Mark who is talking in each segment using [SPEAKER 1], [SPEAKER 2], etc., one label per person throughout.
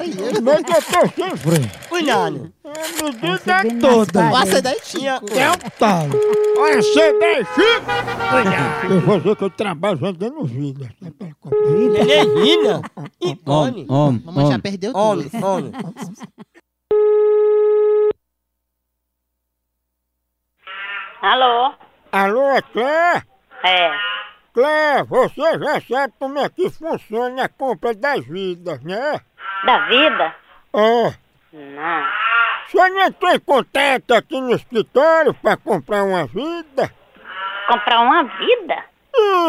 [SPEAKER 1] é eu tô sem freio.
[SPEAKER 2] Cuidado.
[SPEAKER 1] A medida
[SPEAKER 3] Subindo nas
[SPEAKER 1] toda.
[SPEAKER 3] paredes.
[SPEAKER 4] Passa daí, Chico.
[SPEAKER 1] É um tal. tá Olha, você daí, Chico. Cuidado. Eu vou dizer que eu trabalho vendendo vida.
[SPEAKER 2] Nenina. Icone.
[SPEAKER 5] Homem,
[SPEAKER 4] Mamãe já perdeu tudo.
[SPEAKER 2] Homem, homem.
[SPEAKER 6] Alô?
[SPEAKER 1] Alô, Clé?
[SPEAKER 6] É.
[SPEAKER 1] Clé, você já sabe como é que funciona a compra das vidas, né?
[SPEAKER 6] Da vida?
[SPEAKER 1] É.
[SPEAKER 6] Não.
[SPEAKER 1] Você não entrou em contato aqui no escritório pra comprar uma vida?
[SPEAKER 6] Comprar uma vida?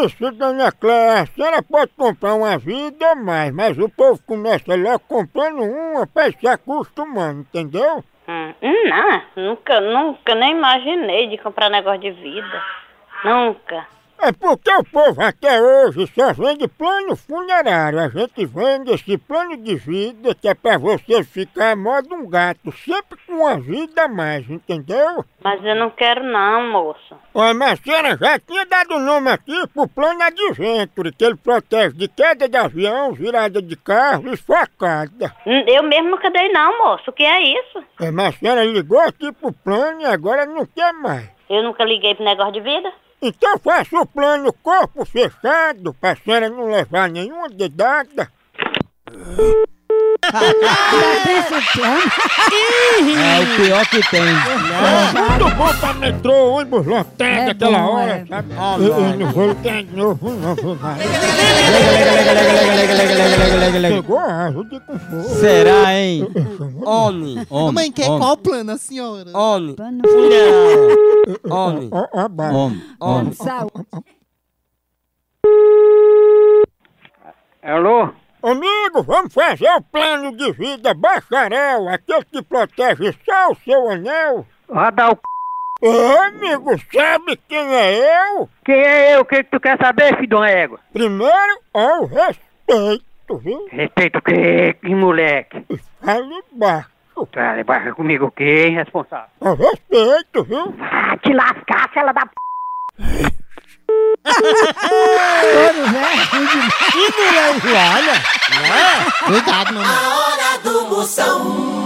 [SPEAKER 1] Isso, dona Cléia, a senhora pode comprar uma vida ou mais, mas o povo começa logo comprando uma pra ir se acostumando, entendeu?
[SPEAKER 6] Hum, não, nunca, nunca nem imaginei de comprar negócio de vida. Nunca.
[SPEAKER 1] É porque o povo até hoje só vende plano funerário. A gente vende esse plano de vida que é pra você ficar a modo um gato, sempre com uma vida a mais, entendeu?
[SPEAKER 6] Mas eu não quero não, moço.
[SPEAKER 1] Ó, mas a senhora já tinha dado o nome aqui pro plano Adventure, que ele protege de queda de avião, virada de carro e facada.
[SPEAKER 6] Hum, Eu mesmo nunca dei não, moço. O que é isso?
[SPEAKER 1] É, mas a senhora ligou aqui pro plano e agora não quer mais.
[SPEAKER 6] Eu nunca liguei pro negócio de vida.
[SPEAKER 1] Então faça o plano corpo fechado pra senhora não levar nenhuma dedada.
[SPEAKER 5] é o pior que tem.
[SPEAKER 1] Tudo bom pra metrô, ônibus lotado
[SPEAKER 3] É
[SPEAKER 1] aquela
[SPEAKER 3] bom,
[SPEAKER 1] hora,
[SPEAKER 3] é.
[SPEAKER 1] sabe?
[SPEAKER 2] Ah,
[SPEAKER 1] eu, eu
[SPEAKER 2] vai.
[SPEAKER 1] não vou ligar de novo, não vou mais.
[SPEAKER 2] É.
[SPEAKER 1] Pegou a asa de conforto.
[SPEAKER 5] Será, hein?
[SPEAKER 2] Homem.
[SPEAKER 5] Homem,
[SPEAKER 4] Mamãe, quer
[SPEAKER 5] homem,
[SPEAKER 4] qual o plano, a senhora?
[SPEAKER 2] Homem.
[SPEAKER 3] Pano
[SPEAKER 2] Funerário. Homem.
[SPEAKER 1] Ó, ó, baixa.
[SPEAKER 5] homem, homem.
[SPEAKER 3] saúde.
[SPEAKER 7] Alô?
[SPEAKER 1] Amigo, vamos fazer o plano de vida bacharel, aquele que protege só o seu anel.
[SPEAKER 7] Vai dar o c...
[SPEAKER 1] Ô, amigo, sabe quem é eu?
[SPEAKER 7] Quem é eu? O que, que tu quer saber, filho de uma égua?
[SPEAKER 1] Primeiro é o respeito, viu?
[SPEAKER 7] Respeito o quê, que moleque?
[SPEAKER 1] E fale baixo.
[SPEAKER 7] Tá, baixa comigo o quê, hein, responsável?
[SPEAKER 1] É o respeito, viu?
[SPEAKER 7] Ah, te lascar, se ela dá p...
[SPEAKER 4] Cuidado, é? mamãe.
[SPEAKER 5] Ah.
[SPEAKER 8] A hora do Moção.